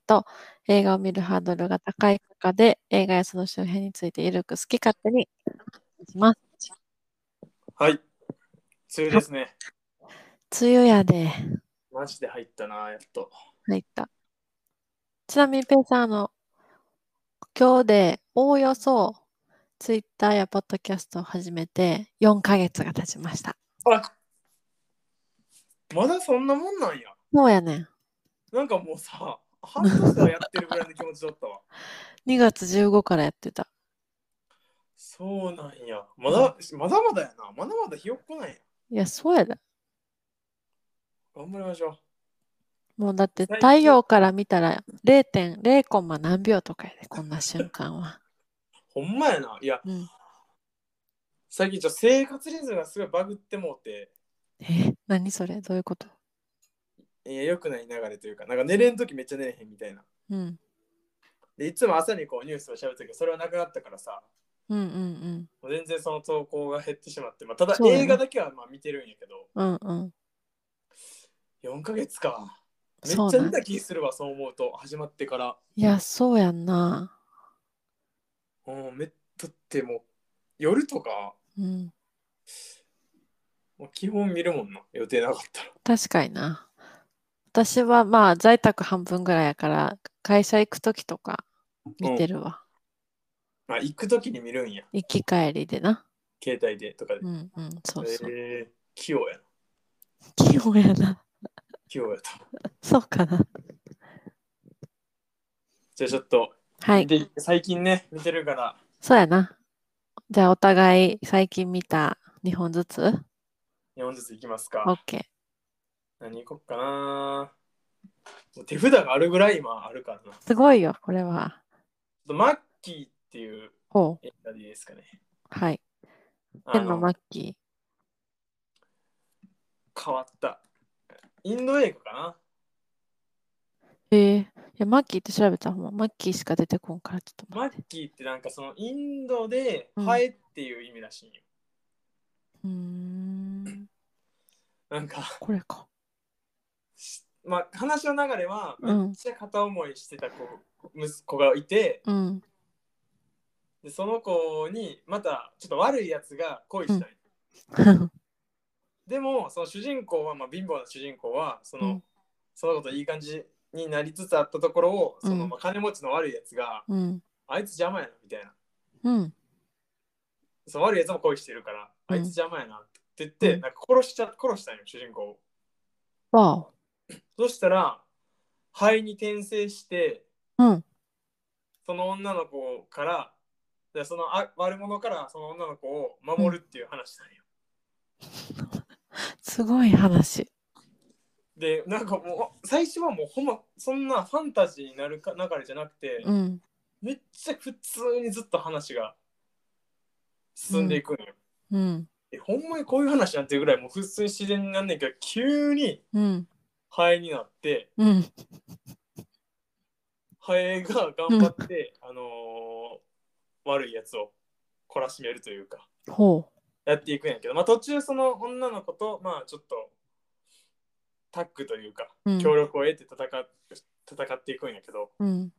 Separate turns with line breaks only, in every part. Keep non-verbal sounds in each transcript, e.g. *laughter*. と、映画を見るハードルが高い中で、映画やその周辺についてゆるく好き勝手に話します。
はい。梅雨ですね。
梅雨やで、
マジで入ったな、やっと。
入った。ちなみに、ペイさん、あの、今日で、おおよそ、ツイッターやポッドキャストを始めて、4ヶ月が経ちました。
あまだそんなもんなんや。
そうやねん。
なんかもうさ、半年はやってるぐらいの気持ちだったわ。
2月15からやってた。
そうなんや。まだ、まだまだやな。まだまだひよっこなんや。
いや、そうやで。
頑張りましょう。
もうだって
最
太
近
陽から見たら0.0コンマ何秒とかやで、こんな瞬間は。
ほんまやな。いや、
うん、
最近ちょっと生活リズムがすごいバグってもうて、
え、何それどういうこと
えー、良くない流れというか、なんか寝れんときめっちゃ寝れへんみたいな。
うん。で
で、いつも朝にこうニュースを喋ってるけど、それはなくなったからさ、
うんうん
もう全然その投稿が減ってしまって、まあ、ただ
そうやな
映画だけはまあ見てるんやけど、
うん。うんうん。
4ヶ月か。めっ
そう
ちゃ
な
見
ん
た気するわ、そう思うと、始まってから。
いや、そうやんな。
うん、めっだってもう、夜とか、
うん。
もう基本見るもんな、予定なかったら。
確かにな。私はまあ在宅半分ぐらいやから、会社行くときとか見てるわ。
あ、行くときに見るんや、
行き帰りでな。
携帯でとかで
う。んうん、そうそう。
えー、器用やな。
器用やな。
器用やと。
そうかな。
じゃあちょっと、
はい。
で最近ね、見てるから、
そうやな。じゃあお互い最近見た2本ずつ
2本ずついきますか。
?OK。
何行こっかな。もう手札があるぐらい今あるからな。ちょっ
すごいよ、これは。
とマッキーっていう
ほう。
映画でいいですかね。
はい。
あ
天の
の
マッキ
変わった。インド映画かな
ー。へえいや、マッキーって調べたらもうマッキーしか出てこんから、ちょっと
マ
待
ッ
って。
キーってなんかそのインドで
うん
ハエっていう意味らしいよ。
うーん。
なんか、
これか。
しまあ、話の流れは
う
め
ん
っちゃ片思いしてた子,、息子がいて
*laughs* うん。
でその子にまたちょっと悪いやつが恋したい、でもその主人公は、まあ、貧乏な主人公はその,、
うん
その子といい感じになりつつあったところをその、
うん
まあ、金持ちの悪いやつが、
うん。
あいつ邪魔やなみたいな
うん。
その悪いやつも恋してるから、
うん
あいつ邪魔やなって言って、
うん
なんか殺しちゃ殺したんよ主人公を
わ
そしたら肺に転生して
お。うん。
その女の子からでそのあ悪者からその女の子を守るっていう話なんよ、
すごい話。
でなんかもう最初はもうほんまそんなファンタジーになるか流れじゃなくて、
うん。
めっちゃ普通にずっと話が進んでいくんよ、
うん。
えほんまにこういう話なんていうぐらいもう普通に自然になんねんけど急に
うん。
ハエになって
うん。
ハエが頑張って、
*laughs*
あのー悪いやつを懲らしめるというか
ほ
やっていくんやけど、まあ、途中その女の子とまあちょっとタッグというか
う。うん。
協力を得て戦,、戦っていくんやけど
うん。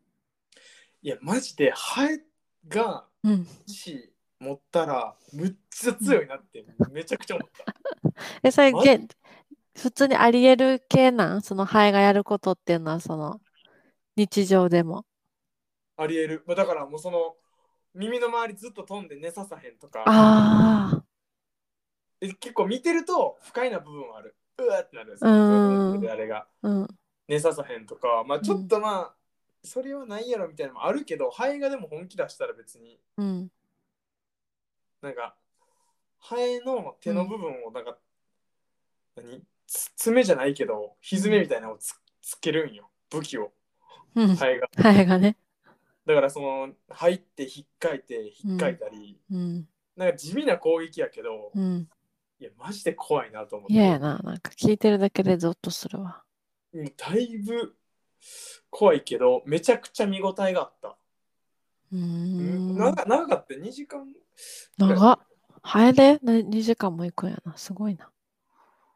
いやマジでハエが
うん。
石持ったらむっちゃ強いなってめちゃくちゃ思った。
え、それ、
マ
げ普通にありえる系なんそのハエがやることっていうのは、その、日常でも。
ありえる、まあ、だからもうその耳の周りずっと飛んで寝ささへんとか
あ
え結構見てると不快な部分はあるうわってなるんです
うん
あれが
あ。うん。
寝ささへんとかまあちょっとまあ、それはないやろみたいなのもあるけどハエがでも本気出したら別に
うん。
なんか、ハエの手の部分を、なんか、何つ爪じゃないけど、ひずめみたいなのをつつけるんよ、武器を、
うん。
ハエが。
ハエがね。
だから、その、入って、引っかいて、引っかいたり、
うん。
なんか地味な攻撃やけど、
うん。
いや、マジで怖いなと思って。
嫌やな。なんか聞いてるだけでゾッとするわ。
うんだいぶ怖いけど、めちゃくちゃ見応えがあった。
うー
うん
ん。
長長かった、2時間。
長っ。ハエでな2時間も行くんやな。すごいな。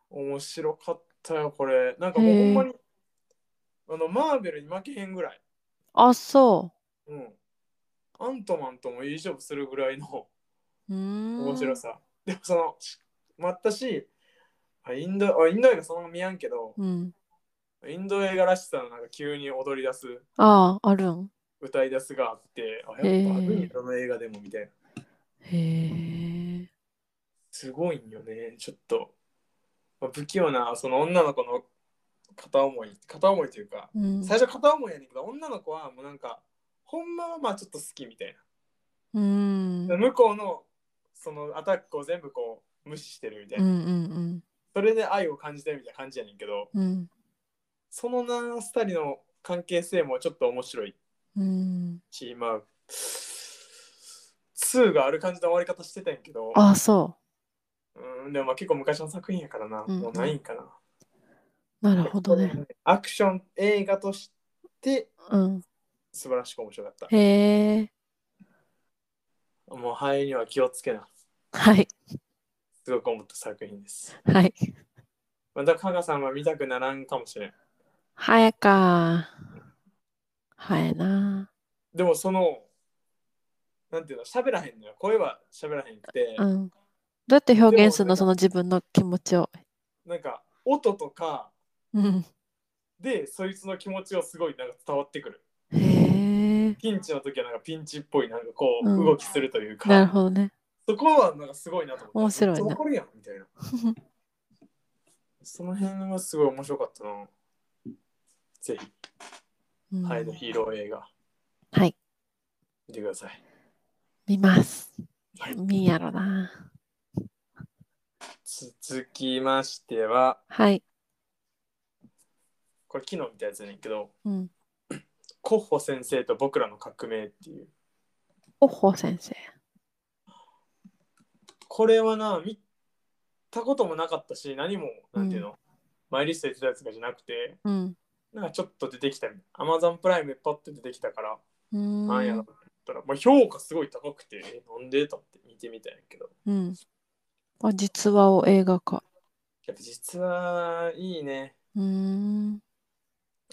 面白かったよ、これ。なんかもうほんまに、あの、マーベルに負けへんぐらい。
あ、そ
うん。アントマンともいい勝負するぐらいの
う。うーん。
面白さ。でもその、し待ったし、あインドあインド映画そのまま見やんけど、
うん。
インド映画らしさのなんか急に踊り出す、
ああ、あるん。
歌い出すがあって、あ、やっぱあ
へ
る
ー
んや、どの映画でもみたいな。
へえ。
すごいんよね、ちょっと。まあ、不器用な、その女の子の片思い、片思いというか、
うん。
最初片思いやねんけど、女の子はもうなんか、ほんまはまあちょっと好きみたい
うん。うん
な。向こうの、そのアタックを全部こう、無視してるみたい
うんう
な。
ん
それで愛を感じてるみたいな感じやねんけど、
うん。
そのな、二人の関係性もちょっと面白い
うん。
し、まあ、2がある感じの終わり方してたんやけど、
あ、そ
うん、でもまあ結構昔の作品やからな、
うん
もうないんかな。
う。なるほどね。
アクション映画として
うん。
素晴らしく面白かった。
へえ。
もう肺には気をつけな。
はい。
すごく思った作品です。
はい。
また、加賀さんは見たくならんかもしれん。
早か。早いな。
でも、その、なんていうの、喋らへんのよ。声は喋らへんくて、
うん。どうやって表現するの
で
そ
も
の自分の気持ちを。
なんか、音とか
うん。
で、そいつの気持ちをすごいなんか伝わってくる。
へえ。
ピンチの時はなんかピンチっぽい、なんかこ
うん
う、動きするというか、
なるほどね。
そこはなんかすごいなと思った。
面白いな
めっちゃわかるやん、みた
*laughs*
いな。その辺はすごい面白かったな。ぜひ。
うん
ハイのヒーロー映画。
はい。
見てください。
見ます
はい。
見んやろな。
続きましては、
はい。
これ昨日見たやつやねんけど、
うん。
コッホ先生と僕らの革命っていう。
おっほ先生。
これはな、見たこともなかったし、何も、なんていうの、マイリストで出たやつがじゃなくて、
うん。
なんかちょっと出てきたみたい。アマゾンプライムでパッと出てきたから、
うーん。
なんやろうと思ったら、まあ、評価すごい高くて、えなんでと思って見てみたんやけど。
うん。あ、実話を映画化。
やっぱ実はいいね。
うーん。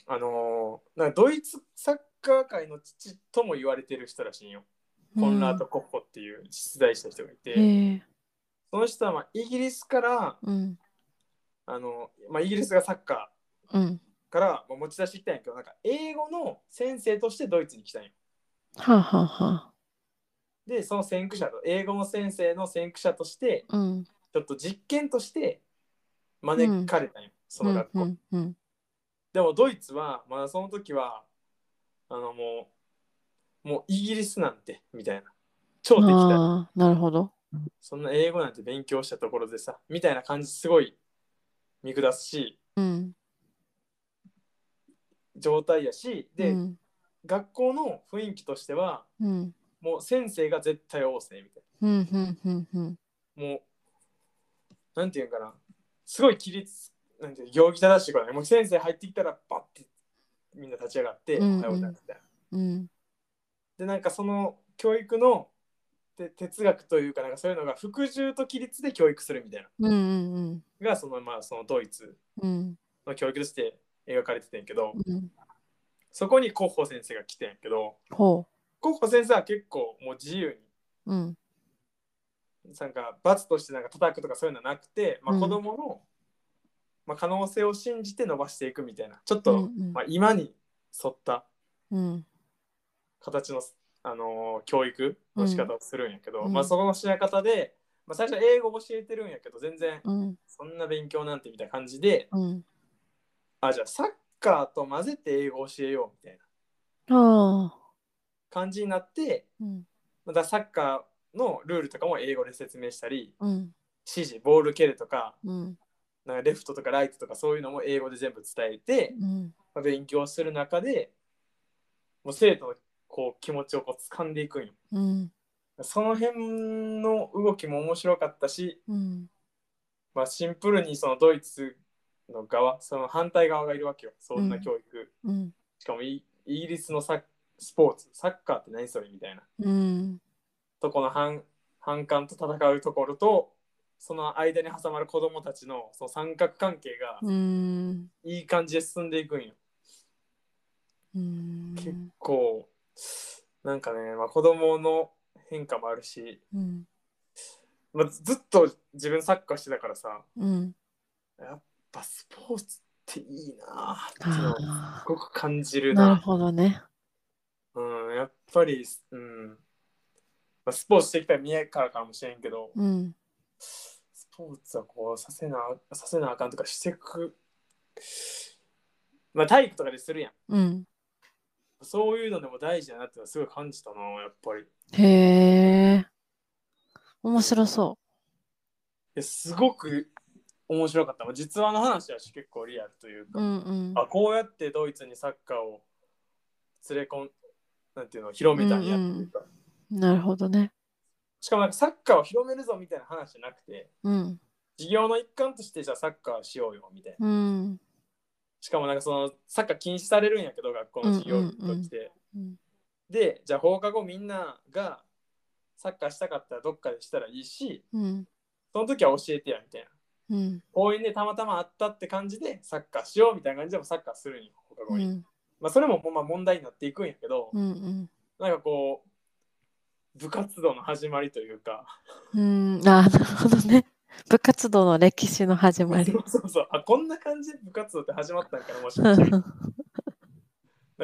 あのーなんかドイツサッカー界の父とも言われてる人らしいんよ。コンラート・コッホっていう出題した人がいて、
うん。へえ。
その人はまあイギリスから
うん。
あの、まあ、イギリスがサッカ
うん。
ーからまあ持ち出してきたんやけどなんか英語の先生としてドイツに来たんよ。
はあ、はあは
でその先駆者と英語の先生の先駆者として
あ、うん。
ちょっと実験として招かれたんよ、その学校。
うん。うん。
でもドイツはまだその時はあのもうもうイギリスなんてみたいな超
う
で
ん、
きた
ああ、なるほど。
そんな英語なんて勉強したところでさ、みたいな感じすごい見下すし、
うん。
状態やし、で、
うん。
学校の雰囲気としては、
うん。
もう先生が絶対旺盛みたい
うん。うん。うん。うん。
な。もう、なんていうんかな、すごい規律、なんていう行儀正しいからね、もう先生入ってきたら、バッてみんな立ち上がって、
うんうん
おはようございますみたいな。
うん。
で、なんかその教育のて哲学というか、なんかそういうのが、服従と規律で教育するみたいな。
うん。うん。
が、その、まあ、そのドイツ
うん。
の教育として描かれてたんやけど、
うん。
そこにコッホ先生が来てんやけど、
ほ
コッホ先生は結構もう自由
う。うん。
に、なんか罰としてなんか叩くとかそういうのはなくて、ま
う
あ、
ん
子供の、まあ、可能性を信じて伸ばしていくみたいな、ちょっ
う
と、
ん。
まあ、今に沿った
うん。
形の、あのー教育の仕方をするんやけど、
うん
まあ、そこのしな方で、まあ、最初英語教えてるんやけど、全然
うん。
そんな勉強なんてみたいな感じで、
うん。
あ、じゃあサッカーと混ぜて英語教えようみたいな
ああ。
感じになって、
うん。
またサッカーのルールとかも英語で説明したり、
うん。
指示ボール蹴るとか
うん。
なんかレフトとかライトとかそういうのも英語で全部伝えて
うん。
まあ勉強する中でもう生徒のこう気持ちをこう掴んでいくんよ
うん。
その辺の動きも面白かったし、
うん。
まあ、シンプルにそのドイツの側その反対側がいるわけよそんな教育、
うん。
しかもイイギリスのサッスポーツサッカーって何それみたいな
うん。
とこの反反感と戦うところとその間に挟まる子供たちのその三角関係が
うん。
いい感じで進んでいくんよ。
うーん
結構なんかね、まあ、子供の変化もあるし、
うん
まあ、ずずっと自分サッカーしてたからさ
うん
やっぱスポーツっていいなーっていうのをす
あ
ごく感じる
ーなる
な。
ほどね
うん、やっぱり、うんまあ、スポーツしてきた見えからかもしれんけど、
うん
スポーツはこうさせなさせなあかんとかしてく、まあ、体育とかでするやん。
うん
そういうのでも大事だなってのはすごい感じたな、やっぱり。い
へえ面白そ
やすごく面白かった。まあ実話の話は結構リアルという
う
か、
うんうん
あこうやってドイツにサッカーを連れ込んなんていうの広めたんやっていうか、
なるほどね
しかもなんかサッカーを広めるぞみたいな話じゃなくて、
うん
事業の一環としてじゃあサッカーしようよみたいな。
うん
しかもなんかそのサッカー禁止されるんやけど学校の授業として、
うん
でじゃあ放課後みんながサッカーしたかったらどっかでしたらいいし
うん
その時は教えてやみたいな
うん
公園でたまたまあったって感じでサッカーしようみたいな感じでもサッカーするんよ放課後
う
に、
ん
まあそれもほんま問題になっていくんやけど、
うん
なんかこう部活動の始まりというか
うんうんあーなるほどね部活動の歴史の始まり
*laughs* そうそうそうあこんな感じで部活動って始まったんかなもし
う
かして
ん
なん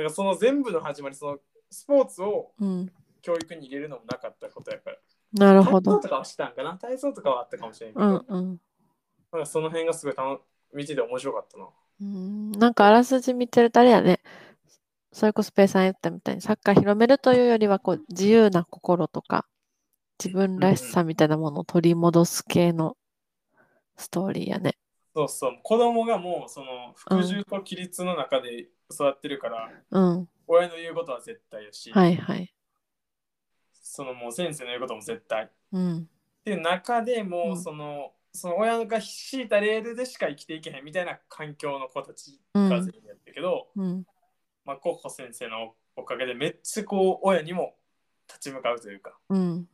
かその全部の始まりそのスポーツを
うん
教育に入れるのもなかったことやから
なる
体
ほ
操
ど
とかはしたんかな体操とかはあったかもしれんけ
う
ど、
んうん
なんかその辺がすごい楽見てて面白かったな。
うんなんかあらすじ見てるとあれやねそれこそペイさん言ったみたいにサッカー広めるというよりはこう自由な心とか自分らしさみたいなものを取り戻す系のストーリーやね。
そうそう子供がもうその服従と規律の中で育ってるから、
うん。
親の言うことは絶対やし、
はいはい。
そのもう先生の言うことも絶対っ
うん。
ていう中でも
うん
うその、その親が敷いたレールでしか生きていけへんみたいな環境の子たちが全員やったけど、
うん。
まあコッホ先生のおかげでめっちゃこう親にも立ち向かうというか、
うん。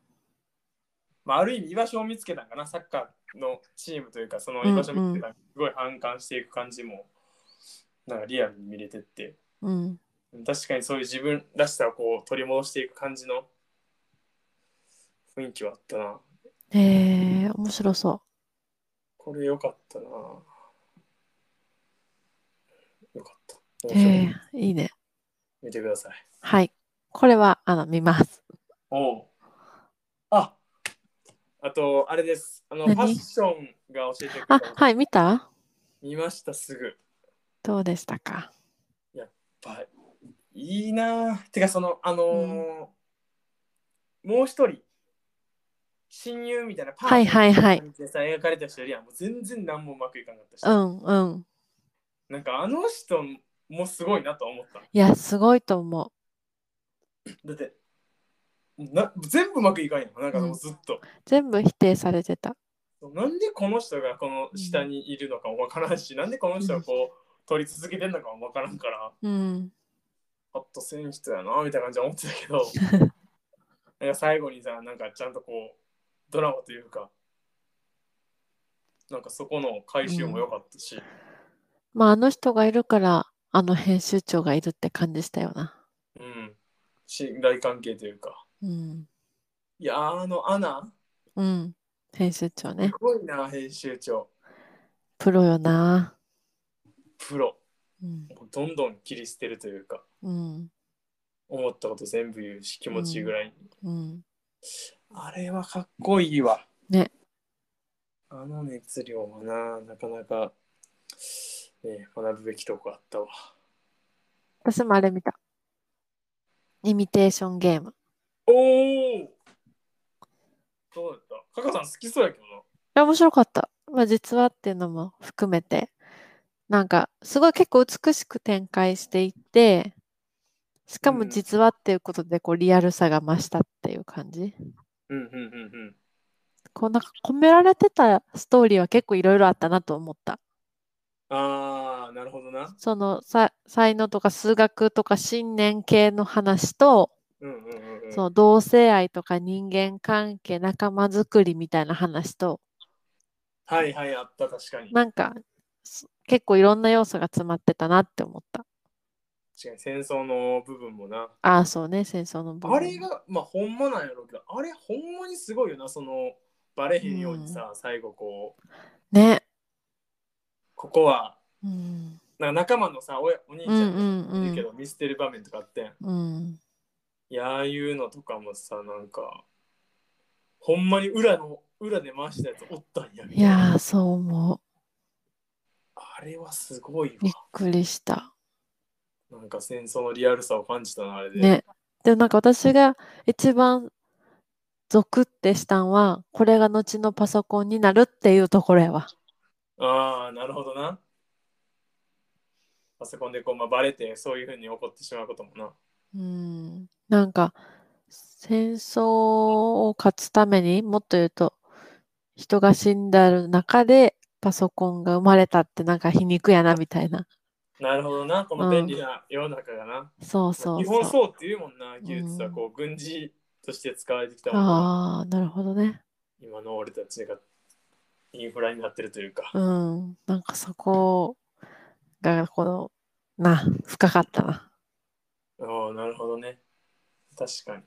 まあ、ある意味居場所を見つけたんかなサッカーのチームというかその居場所を見つけた、すごい反感していく感じもなんかリアルに見れてって
うん。
確かにそういう自分らしさをこう取り戻していく感じの雰囲気はあったな
へえー、面白そ
これ良かったな良かった
う。
面
へ
白い
えー、いいね。
見てください
はい。これは、あの、見ます。
おうああとあれですあのフ
何
ァッションが教えてくれ
あ
た、
はい、見た
見ましたすぐ
どうでしたか
やっぱいいなぁてかそのあのーもう一人親友みたいなパー
はいはいはい
トナーみたいな感じでさ描かれた人よりはもう全然何もうまくいかなかったし、
うんうん。
なんかあの人もすごいなと思った
いや、すごいと思
だってな全部うまくいかんやんなんかもうずっと、
う。全部否定されてた。
なんでこの人がこの下にいるのかもわからんし、なんでこの人をこう取り続けてんのかもわからんから
*laughs* うん。
パッとせん人やなみたいな感じで思ってたけどなんか最後にさなんかちゃんとこうドラマというかなんかそこの回収も良かったし、
まあ、あの人がいるから、あの編集長がいるって感じしたよな。
うん信頼関係というか
うん。
いやーあのアナ
うん。編集長ね
す。ごいな編集長
プロよな。
プロ
うん。
もうどんどん切り捨てるというか
うん。
思ったこと全部言うし気持ちいいぐらいに、
うん。
あれはかっこいいわ
ね
あの熱量はななかなか、ね、学ぶべきとこあったわ
私もあれ見た。イミテーションゲーム。
おおどうだったカカさん好きそうやけどな。
いや、面白かった。まあ、実話っていうのも含めて、なんか、すごい結構美しく展開していって、しか
う
も
ん
実話っていうことで、こう、リアルさが増したっていう感じ。
うんうんうんうん。
こう、なんか、込められてたストーリーは結構いろいろあったなと思った。
あー、なるほどな。
その、さ才能とか数学とか信念系の話と、
うんうんうんうん。
その同性愛とか人間関係、仲間づくりみたいな話と、
はいはい、あった、確かに。
なんか、す結構いろんな要素が詰まってたなって思った。
違う戦争の部分もな。
ああ、そうね、戦争の部分
あれが、まあ、ほんまなんやろうけど、あれ、ほんまにすごいよな、その、バレへんようにさ、最後こう、
ね。
ここは、
うん。
なんか仲間のさ、おやお兄ち
う
ゃ
んうんんう
いるけ
ん。
ど、見捨てる場面とかあってん、
うん。
いや、ああいうのとかもさ、なんか、ほんまに裏の、裏で回したやつおったんやみ
い
たな
やー、そう思う。
あれはすごい
びっ
わ。
くりした。
なんか戦争のリアルさを感じたな、あれで。
ね。でもなんか私が一番ゾクってしたんは、これが後のパソコンになるっていうところやわ。
ああ、なるほどな。パソコンでこう、まあ、バレて、そういうふうに起こってしまうこともな。
うん。なんか、戦争を勝つためにもっと言うと、人が死んだ中でパソコンが生まれたってなんか皮肉やなみたいな。
なるほどな、この便利な世の中がな。ま
そう
あ
そう
基本
そう。
そうって言うもんな、技術はこう、軍事として使われてきたもんな。
ああ、なるほどね。
今の俺たちがインフラになってるというか。
うん。なんかそこが、この、な、深かったな。
ああ、なるほどね。確かに。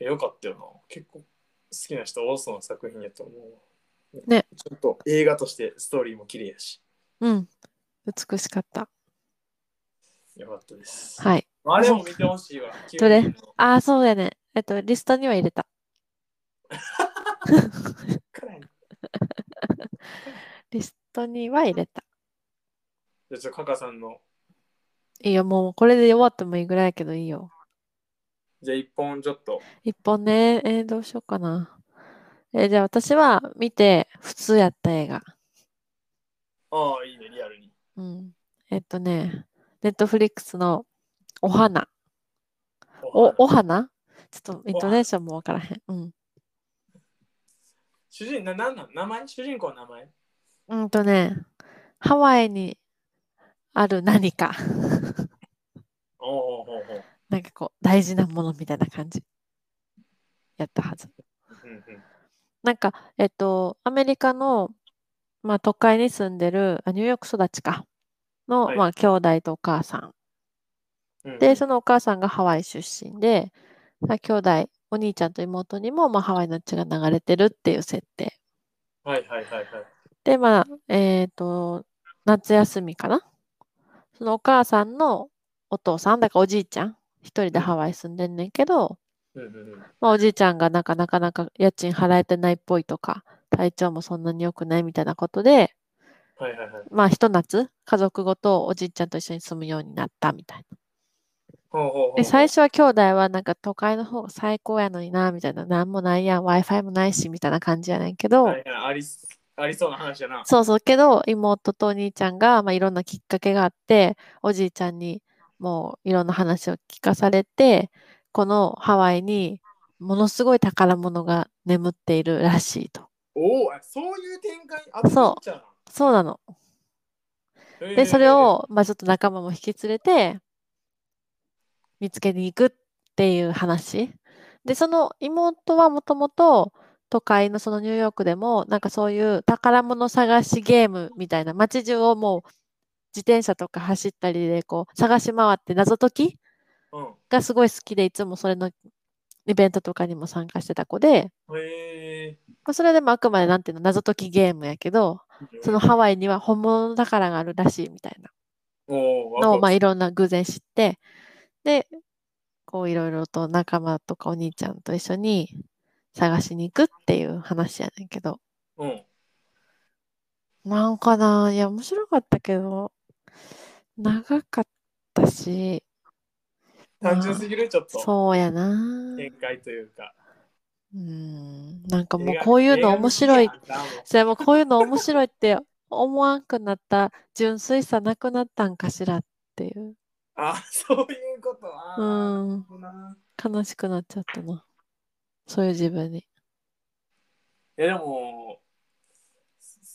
えよかったよな。結構好きな人多そうな作品やと思う。
ね。
ちょっと映画としてストーリーも綺麗やし。
うん。美しかった。
よかったです。
はい。
あれも見てほしい
*laughs*
わ。
どれ
キューブの
ああ、そうやね。えっと、リストには入れた。
からやな
リストには入れた。
じゃあちょっとカカさんの、
いいよ、もうこれで終わってもいいぐらいやけどいいよ。
じゃあ一本ちょっと。
一本ね、えーどうしようかな。えーじゃあ私は見て普通やった映画。
ああ、いいね、リアルに。
うん。えっとね、ネットフリックスのお花。
お
お、お花ちょっとイントネーションもわからへん。うん。
主人、な、なんなん名前主人公の名前
うんとね、ハワイにある何か。
おおほうほう
なんかこう、大事なものみたいな感じ。やったはず。
うんうん。
なんか、えっと、アメリカの、まあ、都会に住んでる、あニューヨーク育ちか、の、
はい
まあ、兄弟とお母さん。
うんうん
で、そのお母さんがハワイ出身で、まあ、兄弟、お兄ちゃんと妹にも、まあ、ハワイの血が流れてるっていう設定。
はいはいはいはい。
で、まあ、えっと、夏休みかなそのお母さんのお父さん、だからおじいちゃん、一人でハワイ住んでんねんけど、
うんうんうん。
まあ、おじいちゃんがなんかなかなか家賃払えてないっぽいとか、体調もそんなに良くないみたいなことで、
はいはいはい。
まあ、ひと夏、家族ごとおじいちゃんと一緒に住むようになったみたいな。
ほうほうほう。
で、最初は兄弟はなんか都会の方が最高やのにな、みたいな、なんもないやん、Wi-Fi もないし、みたいな感じやねんけど、
はいはいありありそうな話やな。
そうそう、けど、妹とお兄ちゃんが、まあ、いろんなきっかけがあって、おじいちゃんにもういろんな話を聞かされて、このハワイにものすごい宝物が眠っているらしいと。
おお、そういう展開あった
そうん
ちゃ
そうなの。
うの
で、それ、を、まあ、ちょっと仲間も引き連れて、見つけに行くっていう話。で、その妹はもともと、都会のそのニューヨークでも、なんかそういう宝物探しゲームみたいな、街中をもう自転車とか走ったりで、こう、探し回って謎解き
うん
がすごい好きで、いつもそれのイベントとかにも参加してた子で、
へえ。
まあ、それでもあくまでなんていうの、謎解きゲームやけど、そのハワイには本物の宝があるらしいみたいな。
おー
の、まあ、
ワクワク
いろんな偶然知って、で、こういろいろと仲間とかお兄ちゃんと一緒に探しに行くっていう話やねんけど。
うん。
なんかな、いや、面白かったけど、長かったし、
単純すぎる、ちょっと。
そうやな。
展開というか。
うん、なんかもう
映画
こういうの面白。
映
い
画、好きやんなもう
じゃあもうこういうの面白いって *laughs* 思わんくなった純粋さなくなったんかしらっていう。
あ、そういうことは。あー
うん、
な
悲しくなっちゃったな。そういう自分に。
いや、でも、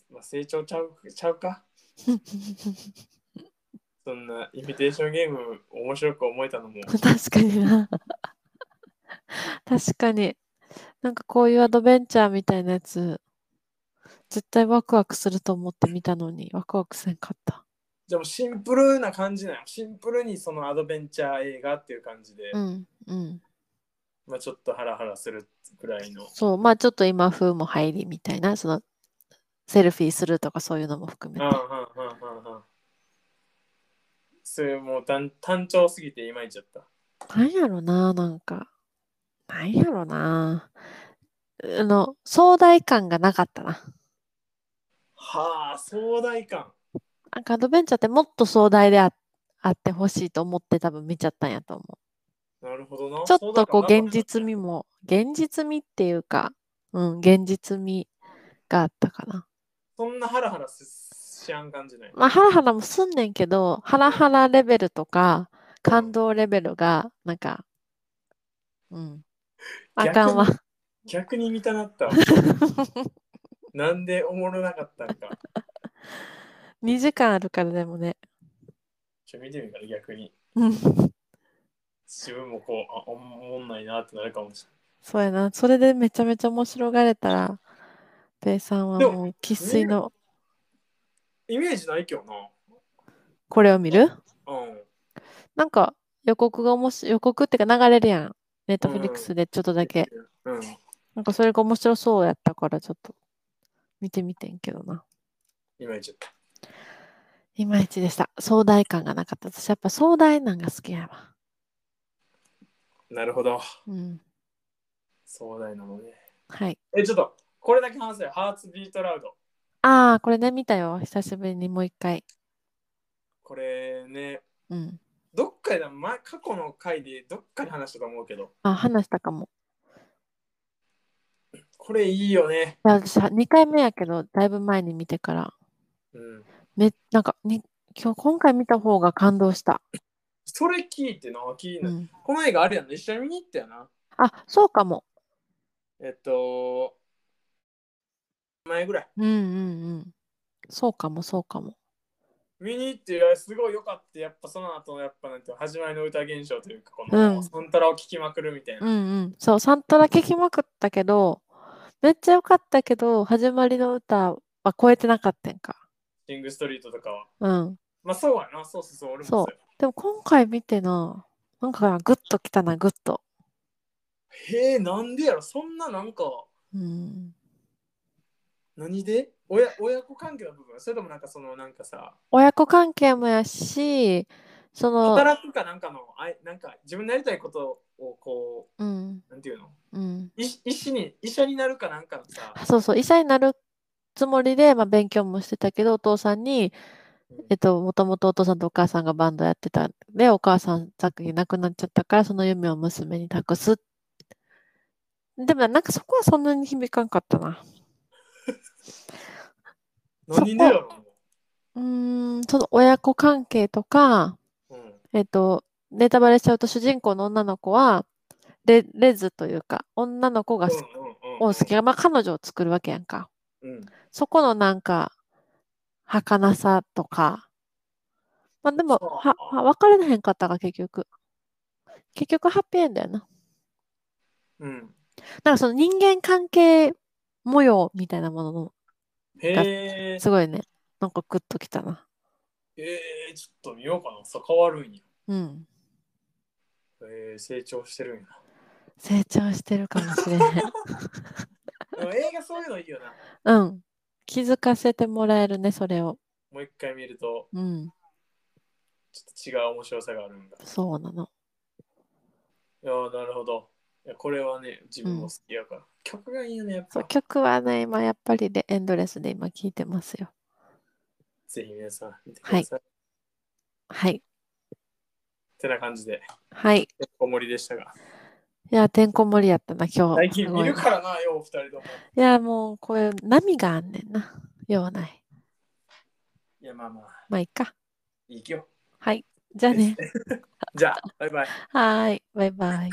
まあ、成長ちゃうちゃ
*laughs*
うか。そんな、イミテーションゲーム、面白く思えたのも。
確かにな。確かに。なんかこういうアドベンチャーみたいなやつ、絶対ワクワクすると思って見たのに、ワクワクせんかった。
じゃあもうシンプルな感じなのシンプルにそのアドベンチャー映画っていう感じで、
うん、うん。
まあちょっとハラハラするくらいの
そう、まあちょっと今風も入りみたいな、その、セルフィーするとかそういうのも含め
うんうん
て。
うんうんうんそれもう単単調すぎていまいちゃった
なんやろな、なんか。なんやろな。あの、壮大感がなかったな。
はあ壮大感
なんかアドベンチャーってもっと壮大でああってほしいと思って多分見ちゃったんやと思う。
なるほどな
ちょっとこう
壮大感
現実味も、現実味っていうか、うん、現実味があったかな。
そんなハラハラすしやん感じない
まあ、ハラハラもすんねんけど、ハラハラレベルとか、感動レベルが、なんか、うん。あかんわ。
逆に見たなったなんでおもろなかったんか
2時間あるからでもね。
ちょ見てみるから逆に
うん。
自分もこうあおもんないなってなるかもし
そうやな。それでめちゃめちゃ面白がれたら、ペイさんは
でも
もう生粋の、
れないイメージないけどな
これを見る
うん
なんか予告が面白い、予告っていうか流れるやん。ネットフリックスでちょっとだけ。
うん
なんかそれが面白そうやったから、ちょっと見てみてんけどな。
イメージだった
いまいちでした。壮大感がなかった。私やっぱ壮大なんが好きやわ。
なるほど
うん。
壮大なのね
はい。
えちょっとこれだけ話せよハーツビートラウド
ああ、これね、見たよ。久しぶりにもう一回。
これね
うん。
どっかで、ま、過去の回でどっかで話したと思うけど
あ、話したかも。
これいいよね
いや私2回目やけど、だいぶ前に見てから。
うん
め、なんかに、今日、今回見た方が感動した。
それ聞いてな聞いて
う
な、
ん。
この映画あるやんな一緒に見に行ったよな
あ、そうかも。
えっと前ぐらい
うんうんうん。そうかも、そうかも。
見に行っていやすごい良かったやっぱその後のやっぱなんていうの始まりの歌現象というかこ
う
の
ん
サンタラを聴きまくるみたいな、
うんうん。そう、サントラ聞きまくったけど、めっちゃ良かったけど、始まりの歌は超えてなかったんか。
シングストリートとかは
うん。
まあそうやなそうそうそう俺も
そう
うや
でも今回見てな、なんかグッときたな、グッと。
へえなんでやろそんななんか
うん。
何で親親子関係の部分それともなんかそのなんかさ
親子関係もやし、その、
働くかなんかのあいなんか自分のやりたいことをこ
うん、
うなんていうの
うん。
医医師に医者になるかなんかのさ
あそうそう、医者になるつもりで、まあ、勉強もしてたけど、お父さんに、えっと、もともとお父さんとお母さんがバンドやってたんで、お母さん作品亡くなっちゃったから、その夢を娘に託す。でも、なんかそこはそんなに響かんかったな。
何でやろ
うーん、その親子関係とか、
うん
えっと、ネタバレしちゃうと主人公の女の子は、レ、レズというか、女の子がす、を好き、まあ、彼女を作るわけやんか。
うん
そこのなんか、儚さとか。まあでも、
そう
は、は別れへんかったが結局。結局ハッピーエンドやな。
うん
なんかその人間関係模様みたいなものの、
へえ
すごいね、なんかグッときたな。
えー、ちょっと見ようかな。さ変わるんや。
うん。
えー、成長してるんや
成長してるかも
*laughs*
しれへん。
な。でも映画そういうのいいよな。
うん。気づかせてもらえるね、それを。
もう一回見ると、
うん。
ちょっと違う面白さがあるんだ。
そうなの。
いやーなるほど。いやこれはね、自分も好きやから。曲がいいよね、やっ
そう、
ぱ。
曲はね、今やっぱりで、エンドレスで今聴いてますよ。
ぜひ皆さん見てください。
はい。
てな感じで、
はい。
おもりでしたが。
いや、てんこ盛りやったな、今日。
最
す
近
ご
見
い
るからな、よ、お二人とも。
いや、もう、こういう波があんねんな。ようない。
いや、まあまあ、
まあ、いいか。
いいよ。
はい。じゃあね。
じゃあ、バイバイ。
はーい。バイバイ。